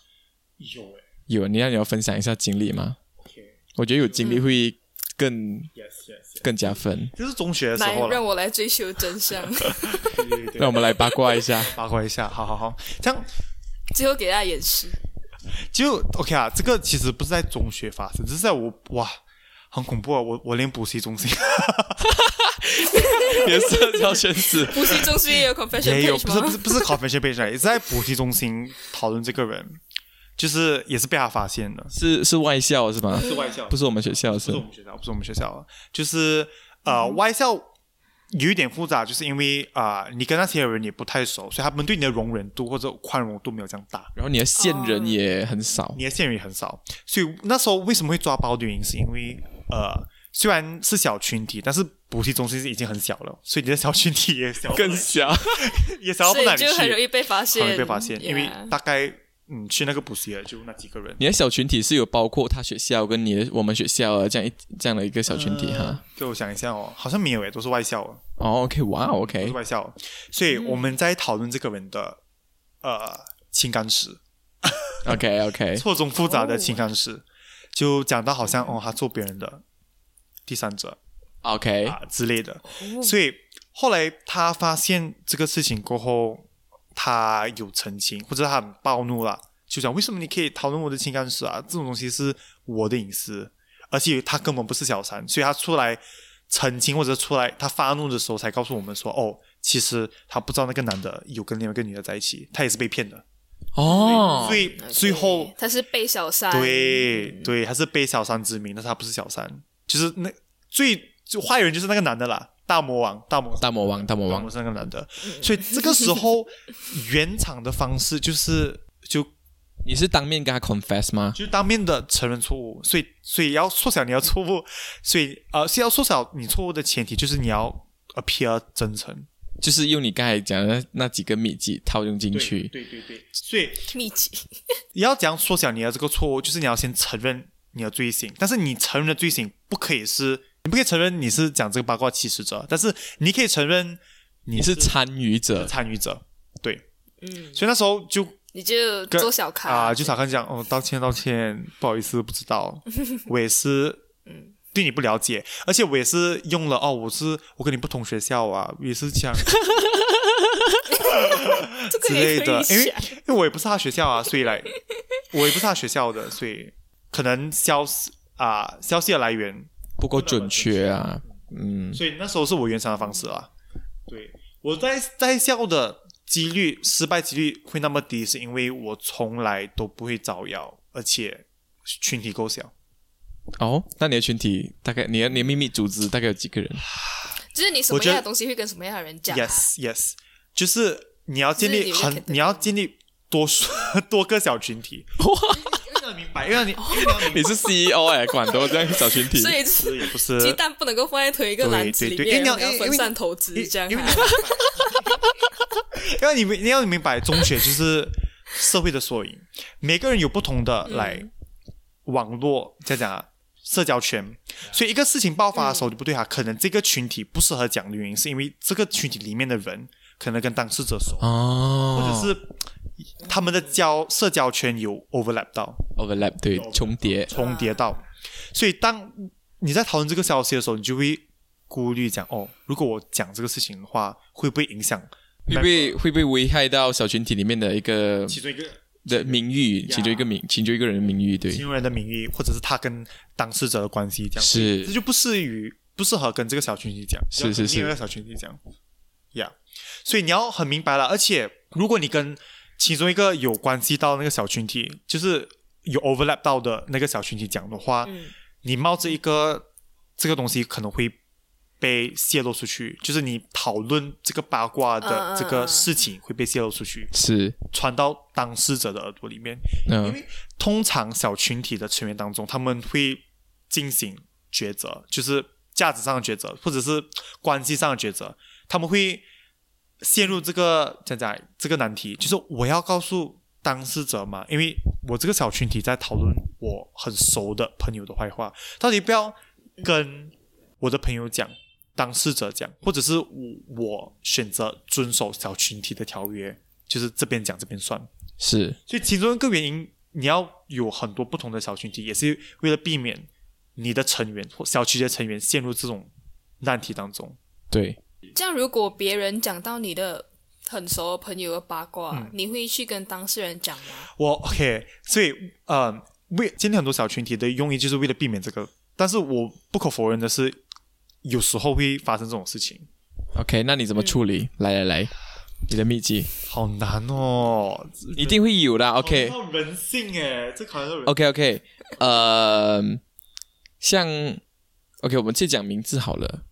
C: 有诶
B: 有，欸你让你要分享一下经历吗？我觉得有经历会更
C: y e s yes，
B: 更加分。
C: 就是中学的时
A: 来
C: 候
A: 让
C: 了，
A: 我来追求真相，
C: 对对对
B: 让我们来八卦一 下，
C: 八卦一下，好好好，这样
A: 最后给大家演示。
C: 就 OK 啊。这个其实不是在中学发生，只是在我哇，很恐怖啊！我我连补习中心
B: 也是要宣誓。
A: 补习中心也 有 confession
C: 也有，
A: page
C: 不是不
A: 吗
C: 是？不是 confession page，来也是在补习中心讨论这个人，就是也是被他发现的，
B: 是是外校是吗？
C: 是外校，
B: 不是我们学校是
C: 不是我们学校，不是我们学校啊，就是呃
A: 嗯
C: 外校有一点复杂，就是因为啊、你跟那些人也不太熟，所以他们对你的容忍度或者宽容度没有这样大，
B: 然后你的线人也很少，
C: 你的线也很少，所以那时候为什么会抓包的原因是因为呃。虽然是小群体，但是补习中心是已经很小了，所以你的小群体 也小，
B: 更小。
C: 也小到
A: 所
C: 不哪
A: 以
C: 里去，
A: 就很容易被发
C: 很容
A: 现，
C: 易被发现，因为
A: Yeah
C: 大概嗯去那个补习的就那几个人。
B: 你的小群体是有包括他学校跟你的我们学校啊这样一这样的一个小群体哈。
C: 给我想一下哦，好像没有诶，都是外校哦，
B: 哦，OK，哇
C: 都是
B: ，OK，
C: 外校哦，所以我们在讨论这个人的呃情感史，
B: OK OK，
C: 错综复杂的情感史，就讲到好像哦，他做别人的第三者
B: OK，
C: 啊之类的，所以后来他发现这个事情过后，他有澄清，或者他很暴怒啦，就讲为什么你可以讨论我的情感史啊？这种东西是我的隐私，而且他根本不是小三，所以他出来澄清或者出来他发怒的时候才告诉我们说，哦，其实他不知道那个男的有跟另外一个女的在一起，他也是被骗的，
B: 哦
C: 所，以最后
A: 对他是被小三，
C: 对对，他是被小三之名，但是他不是小三，就是那最就坏人就是那个男的啦，大魔王，大魔
B: 大魔王，大魔
C: 王
B: 王，
C: 是那个男的，所以这个时候原厂的方式就是就
B: 你是当面跟他 confess 吗？
C: 就当面的承认错误，所以所以要缩小你的错误，所以呃是要缩小你错误的前提就是你要 appear 真诚，
B: 就是用你刚才讲的那那几个秘籍套用进去。
C: 对对对，所以
A: 秘籍，
C: 你要怎样缩小你的这个错误，就是你要先承认你的罪行，但是你承认的罪行不可以是，你不可以承认你是讲这个八卦起始者，但是你可以承认你
B: 你是参与者，
C: 参与者，对，
A: 嗯，
C: 所以那时候就
A: 你就做小咖
C: 啊、就少看讲哦，道歉道歉，不好意思，不知道，我也是，对你不了解，而且我也是用了哦，我是我跟你不同学校啊，也是这样
A: 这
C: 之
A: 个
C: 类
A: 也可
C: 的
A: 以，
C: 因为
A: 想，
C: 因为我也不是他学校啊，所以来我也不是他学校的，所以可能消息啊消息的来源，
B: 不够准确啊。嗯，
C: 所以那时候是我原厂的方式啊，对，我在在校的几率失败几率会那么低，是因为我从来都不会招摇，而且群体够小。
B: 哦，那你的群体大概你的你的秘密组织大概有几个人？
A: 就是你什
C: 我
A: 么
C: 觉得
A: 样的东西会跟什么样的人讲、啊。
C: Yes, yes，就是你要建
A: 就
C: 立
A: 是你
C: 很
A: 会，
C: 你要建立多数 多个小群体。因为你要明白，因为你因为 你要明
B: 你是 CEO 哎、管多这样小群体，
A: 所以就是
C: 白也不是
A: 鸡蛋不能够放在同一个篮子里
C: 对对对
A: 面，
C: 因
A: 然
C: 为
A: 后
C: 你要
A: 要分散投资这样
C: 因为
A: 啊。
C: 因为你们你要明白，中学就是社会的缩
A: 嗯
C: 影，每个人有不同的来网络，再讲啊，社交圈，所以一个事情爆发的时候就不对哈、啊可能这个群体不适合讲的原因，是因为这个群体里面的人可能跟当事者熟，或
B: 哦，
C: 者是他们的交社交圈有 overlap 到
B: overlap 对重叠，
C: 重叠到，所以当你在讨论这个消息的时候，你就会顾虑讲哦，如果我讲这个事情的话，会不会影响
B: 会不会会不会危害到小群体里面的一个
E: 其中一个
B: 的名誉，其中一个名，其中一个人的名誉，对
C: 金，融人的名义，或者是他跟当事者的关系这样，
B: 是
C: 这就不适于不适合跟这个小群体讲，
B: 是
C: 要
B: 是
C: 跟
B: 是
C: 另外一个小群体讲，Yeah，所以你要很明白了，而且如果你跟其中一个有关系到那个小群体，就是有 overlap 到的那个小群体讲的话，
A: 嗯
C: 你冒着一个这个东西可能会被泄露出去，就是你讨论这个八卦
A: 嗯
C: 的
A: 嗯
C: 这个
A: 嗯
C: 事情会被泄露出去，
B: 是，
C: 传到当事者的耳朵里面，
B: 嗯、
C: 因为通常小群体的成员当中，他们会进行抉择，就是价值上的抉择，或者是关系上的抉择，他们会陷入这个讲讲这个难题，就是我要告诉当事者嘛，因为我这个小群体在讨论我很熟的朋友的坏话，到底不要跟我的朋友讲。当事者讲，或者是我我选择遵守小群体的条约，就是这边讲这边算。
B: 是
C: 所以其中一个原因，你要有很多不同的小群体，也是为了避免你的成员或小区的成员陷入这种难题当中。
B: 对，
A: 这样，如果别人讲到你的很熟的朋友的八卦，
C: 嗯
A: 你会去跟当事人讲吗？
C: 我 OK，所以呃，为今天很多小群体的用意就是为了避免这个，但是我不可否认的是，有时候会发生这种事情，
B: OK，那你
C: 嗯
B: 怎么处理？来来来，你的秘籍
C: 好难哦，
B: 一定会有的。OK
C: 考虑到哦人性哎，这考虑到人
B: OK OK，呃，像 OK，我们先讲名字好了。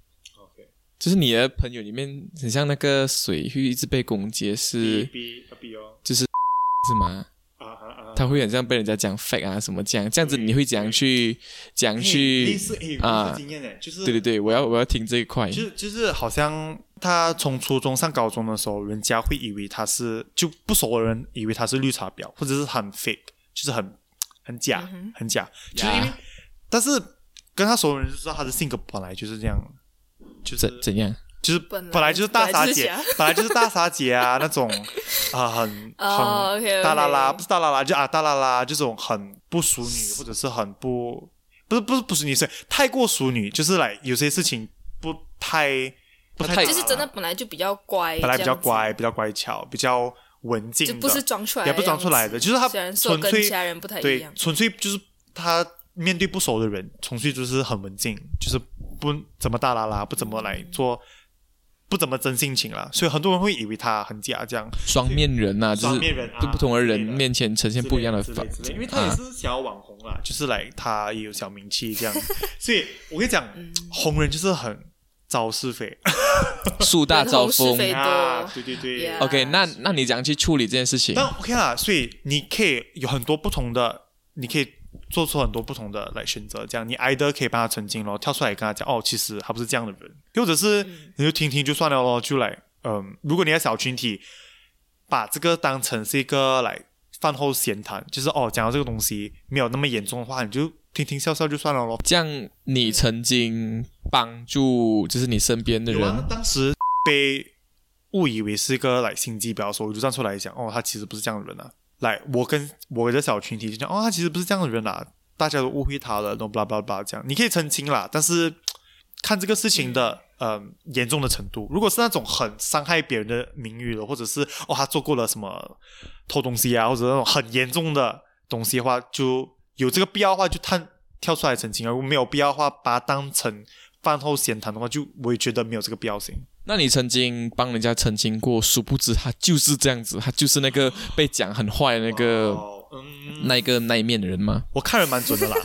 B: 就是你的朋友里面，很像那个水会一直被攻击，是
E: B 啊 B 哦
B: 是吗？
E: 啊啊啊！
B: 他会很像被人家讲 fake 啊什么这样，这样子你会怎样去怎样去
C: 类似哎，
B: 啊
C: 类似经验哎，就是
B: 对对对，我要我要听这一块，
C: 就是就是好像他从初中上高中的时候，人家会以为他是就不熟的人以为他是绿茶婊，或者是很 fake，就是很很假、
A: 嗯
C: 很假，就是因为
B: 呀
C: 但是跟他熟的人就知道他的性格本来就是这样，就是
B: 怎怎样？
C: 就是
A: 本来
C: 本来就是大傻姐
A: 本来就是，
C: 本来就是大傻姐啊那种 啊很
A: 哦
C: 很
A: OK，OK
C: 大啦啦，不是大啦啦就啊大啦啦，这种很不淑女或者是很不不是不是不淑女是太过淑女，就是来有些事情不太
B: 不
C: 不
B: 太
C: 太
A: 就是真的本来就比较乖，
C: 本来比
A: 这
C: 较
A: 样子，
C: 乖，比较乖巧，比较文静
A: 就
C: 的，
A: 不是装出来的
C: 也
A: 样子，
C: 不装出来的，就是他
A: 虽然说
C: 纯
A: 跟
C: 粹
A: 其他人不太一
C: 对
A: 样，，
C: 纯粹就是他面对不熟的人，纯粹就是很文静，就是不怎么大啦啦，不怎么来做，不怎么真性情啦，所以很多人会以为他很假这样。
B: 双面人呐、就是
C: 双面人啊
B: 对不同的人
C: 之类的
B: 面前呈现不一样的
C: 之类
B: 反啊
C: 之类之类因为他也是小网红啦，就是来他也有小名气这样，所以我跟你讲，红人就是很招是非
B: 树大招
A: 人红
B: 风
A: 是。非多
C: 啊，对对对
A: Yeah
B: OK，那那你怎样去处理这件事情？
C: 但 OK 啦，所以你可以有很多不同的，你可以做出很多不同的来选择。这样，你 either 可以帮他澄清咯，跳出来跟他讲，哦，其实他不是这样的人，又或者是你就听听就算了咯，就来，嗯，如果你的小群体把这个当成是一个来饭后闲谈，就是哦，讲到这个东西没有那么严重的话，你就听听笑笑就算了咯。
B: 这样，你曾经帮助就是你身边的
C: 有
B: 人，
C: 啊，当时被误以为是一个来心机婊的时候，我就站出来讲，哦，他其实不是这样的人啊。来，我跟我的小群体就讲，哦，他其实不是这样的人啊，大家都误会他了，然后 blah blah blah 这样，你可以澄清啦，但是看这个事情的。嗯，严重的程度，如果是那种很伤害别人的名誉的，或者是哦他做过了什么偷东西啊，或者那种很严重的东西的话，就有这个必要的话就探跳出来澄清啊。如果没有必要的话，把它当成饭后闲谈的话，就我也觉得没有这个必要性。
B: 那你曾经帮人家澄清过，殊不知他就是这样子，他就是那个被讲很坏的那个、
E: 哦
B: 那一个那一面的人吗？
C: 我看人蛮准的 啦，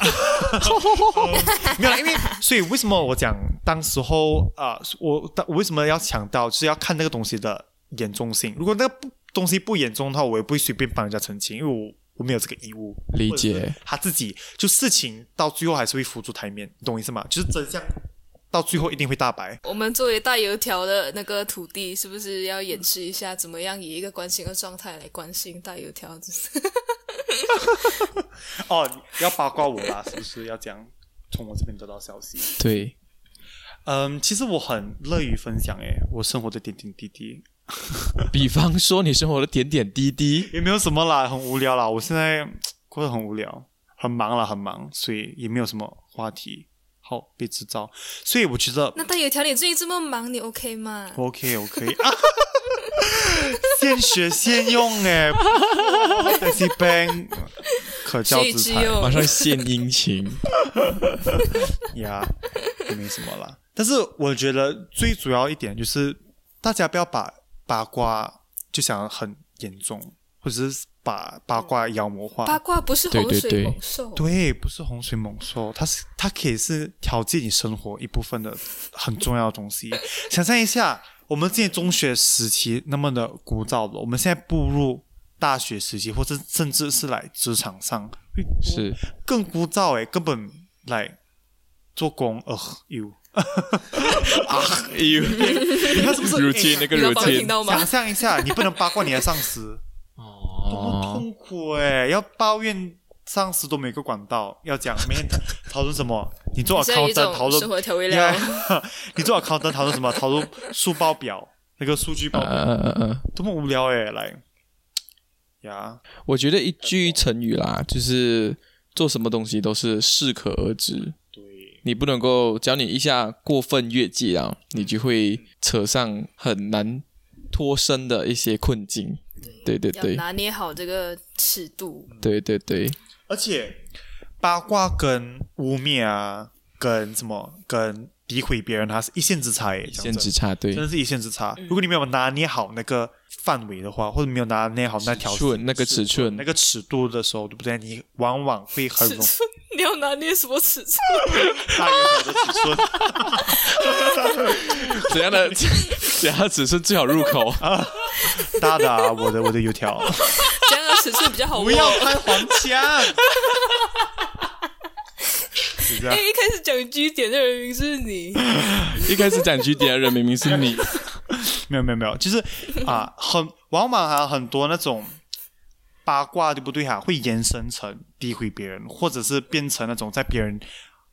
C: 嗯没有啦，因为所以为什么我讲当时候啊、我当我为什么要强调就是要看那个东西的严重性。如果那个不东西不严重的话，我也不会随便帮人家澄清，因为我我没有这个义务。
B: 理
C: 或者
B: 解
C: 是他自己就事情到最后还是会浮出台面，你懂我意思吗？就是真相到最后一定会大白。
A: 我们作为大油条的那个土地，是不是要演示一下，怎么样以一个关心的状态来关心大油条？
C: 哦，你要八卦我啦，是不是要这样从我这边得到消息？
B: 对，
C: 嗯，其实我很乐于分享诶，我生活的点点滴滴，
B: 比方说你生活的点点滴滴，
C: 也没有什么啦，很无聊啦。我现在过得很无聊，很忙啦，很忙，所以也没有什么话题好被制造。所以我觉得
A: 那大油条，你最近这么忙，你 OK 吗？
C: 我 OK，我可以啊，现学现用 哎 d e s i Bang 可教
A: 学以
C: 之
A: 致
C: 才
A: 用
B: 马上献殷勤。
C: 呀，也没什么啦。但是我觉得最主要一点就是，大家不要把八卦就想很严重，或者是把八卦妖魔化。
A: 八卦不是洪
B: 对对对
A: 水猛兽，
C: 对，不是洪水猛兽，它是它可以是调剂你生活一部分的很重要的东西。 想象一下，我们之前中学时期那么的枯燥了，我们现在步入大学时期，或者甚至是来职场上，会
B: 是
C: 更枯燥诶，根本来做工呃有。哎
B: ，you
C: 你看是 不是欸
B: routine 那个
A: 你老板哦听
B: routine，
A: 到吗
C: 想？象一下，你不能八卦你的上司，多么
B: 哦，
C: 痛苦哎、要抱怨上司都没有一个管道，要讲每天讨论什么？你做
A: 你现在有
C: account
A: 一种
C: 讨
A: 生
C: 论
A: 活调味料
C: Yeah，你做 account 讨论什么？讨论数报表那个数据报
B: 呃
C: 表，
B: 呃呃呃，
C: 多么无聊哎、来呀，
B: 我觉得一句成语啦，就是做什么东西都是适可而止。
C: 对，
B: 你不能够，只要你一下过分越界啊，你就会扯上很难脱身的一些困境。对对
A: 要
B: 对
A: 拿捏好这个尺度。
B: 对对对，
C: 而且八卦跟污蔑啊，跟什么跟诋毁别人，它是一线之差哎、欸，讲
B: 限
C: 真
B: 制差对
C: 真，的是一线之差。如果你没有拿捏好那个范围的话，或者没有拿捏好那条
B: 尺寸那个尺寸
C: 那个尺度的时候，对不对？你往往会很容易
A: 你要拿捏什么尺寸？
C: 大于我的尺寸。
B: 怎样的 怎样的尺寸最好入 口？
C: 大的、啊，我的我的油条，
A: 这样的尺寸比较好
C: 不
A: 握。
C: 要开黄腔。是这
A: 哎、
C: 样，
A: 一开始讲据点的人明明是 你，
B: 一开始讲据点的人明明是你，
C: 没有没有没有，就是啊，很往往啊，很多那种八卦，对不对哈、啊会延伸成诋毁别人，或者是变成那种在别人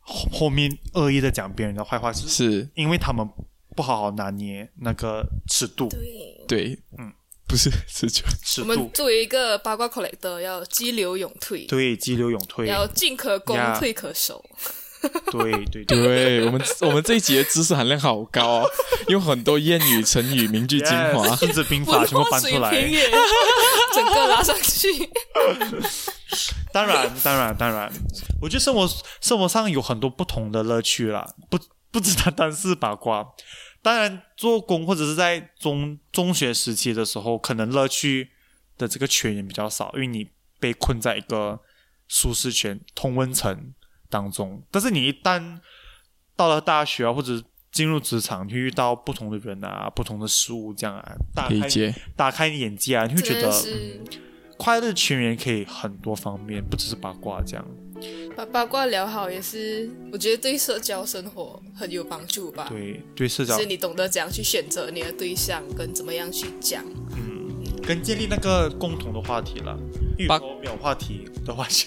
C: 后后面恶意的讲别人的坏话，就是
B: 是
C: 因为他们不好好拿捏那个尺度，
A: 对，
B: 对，嗯
C: 嗯，
B: 不是尺寸，
C: 尺
A: 我们
C: 度
A: 作为一个八卦 collector，要激流勇退，
C: 对激流勇退，
A: 要进可攻
C: Yeah
A: 退可守。
C: 对对对
B: 对我们我们这一集的知识含量好高哦，用很多谚语、成语、名句精华。
C: Yes，孙子兵 法
A: 文
C: 全部
A: 化
C: 搬
A: 水
C: 出
A: 平
C: 来。
A: 也 整个拉上去。
C: 当然当然当然，我觉得生活生活上有很多不同的乐趣啦，不不只单单是八卦。当然，做工或者是在中中学时期的时候，可能乐趣的这个圈也比较少，因为你被困在一个舒适圈、同温层当中。但是你一旦到了大学啊，或者进入职场，你会遇到不同的人啊、不同的事物，这样啊，大
B: 理
C: 开
B: 解，
C: 打开你眼界啊，你会 觉
A: 真
C: 得
A: 的是
C: 快乐全员可以很多方面，不只是八卦这样。
A: 把八卦聊好，也是我觉得对社交生活很有帮助吧。
C: 对对，社
A: 就
C: 交
A: 是你懂得怎样去选择你的对象，跟怎么样去讲。
C: 嗯跟建立那个共同的话题了。如
B: 八
C: 果没有话题的话，就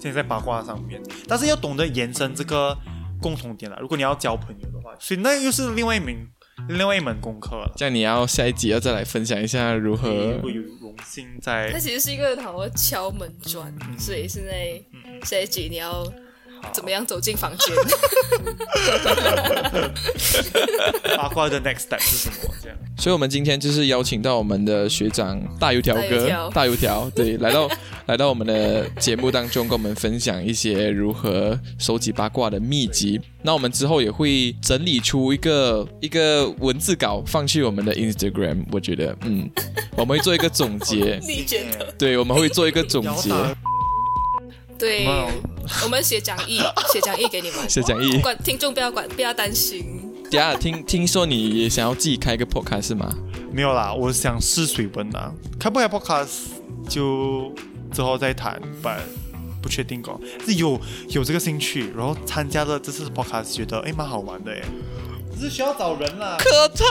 C: 现在在八卦上面，但是要懂得延伸这个共同点了。如果你要交朋友的话，所以那又是另外一门另外一门功课了。
B: 这样你要下一集要再来分享一下如何
C: 如果有荣幸
A: 它
C: 在嗯
A: 其实是一个好敲门砖，所以现在下一集你要怎么样走进房间，
C: 八卦的 next step 是什么？这样
B: 所以，我们今天就是邀请到我们的学长大油条
A: 大油
B: 哥
A: 条，，
B: 大油条，对，来到 来到我们的节目当中，跟我们分享一些如何收集八卦的秘籍。那我们之后也会整理出一个一个文字稿，放去我们的 Instagram。我觉得，嗯，我们会做一个总 结
A: 你觉得？
B: 对，我们会做一个总结。
C: 哦摇嗯
A: 对，我们写讲义，写讲义给你们，
B: 谢讲义，
A: 管听众不要管，不要担心，
B: 等一下听听说你也想要自己开一个 podcast 是吗？，
C: 没有啦，我想试水温啦，开不开 podcast 就之后再谈吧，不确定哦。是有有这个兴趣，然后参加了这次 podcast，觉得哎蛮好玩的哎。只是需要找人啦
B: 客 套，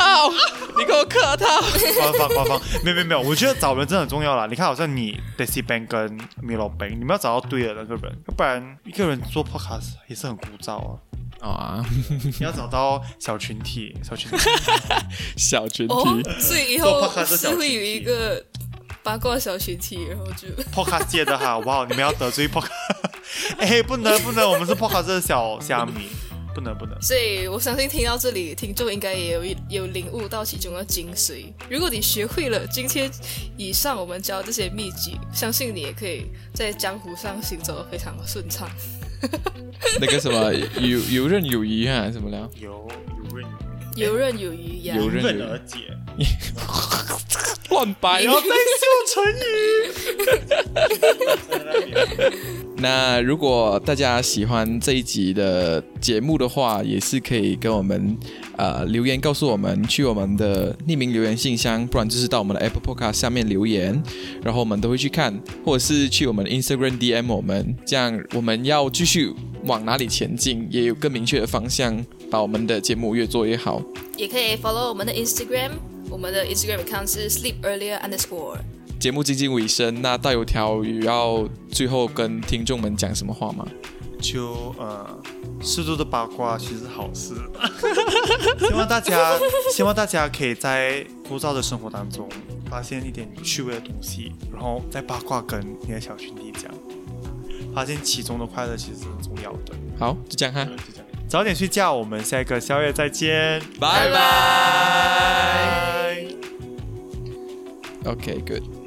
B: 你给我客套。
C: 官方官方，没有没有没有，我觉得找人真的很重要啦。你看，好像你 Daisy Bank 跟 Milo Bank，你们要找到对的那个人，要不然一个人做 podcast 也是很枯燥啊。
B: 啊，
C: 你要找到小群体，小群体。
B: 小群体。
A: 哦，所以以
C: 做
A: 后
C: podcast
A: 是会有一个八卦小群体，然后就
C: podcast 界的 哈，哇，你们要得罪 podcast？哎，不能不能，我们是 podcast 的小虾米，不能不能。
A: 所以我相信听到这里，听众应该也有一有领悟到其中的精髓。如果你学会了今天以上我们教这些秘籍，相信你也可以在江湖上行走得非常的顺畅。
B: 那个什么游游刃有余啊，怎么了？
C: 游游刃
A: 游刃有余呀，
B: 游
C: 游
B: 刃有
C: 刃而
B: 余，
C: 解，
B: 乱啊掰
C: 不要再秀成语。
B: 那如果大家喜欢这一集的节目的话，也是可以跟我们呃留言告诉我们，去我们的匿名留言信箱，不然就是到我们的 Apple Podcast 下面留言，然后我们都会去看，或者是去我们的 Instagram DM 我们，这样我们要继续往哪里前进，也有更明确的方向，把我们的节目越做越好。
A: 也可以 follow 我们的 Instagram，我们的 Instagram account 是 sleep earlier underscore。
B: 节目接近尾声，那大油条也要最后跟听众们讲什么话吗？
C: 就呃，适度的八卦其实是好事。希望大 家，希望大家可以在枯燥的生活当中发现一点趣味的东西，然后再八卦跟你的小群体讲，发现其中的快乐其实是很重要的。
B: 好，就这样哈，
C: 就这样早点睡觉，我们下一个宵夜再见，
B: 拜拜。
C: 拜。
B: OK，good、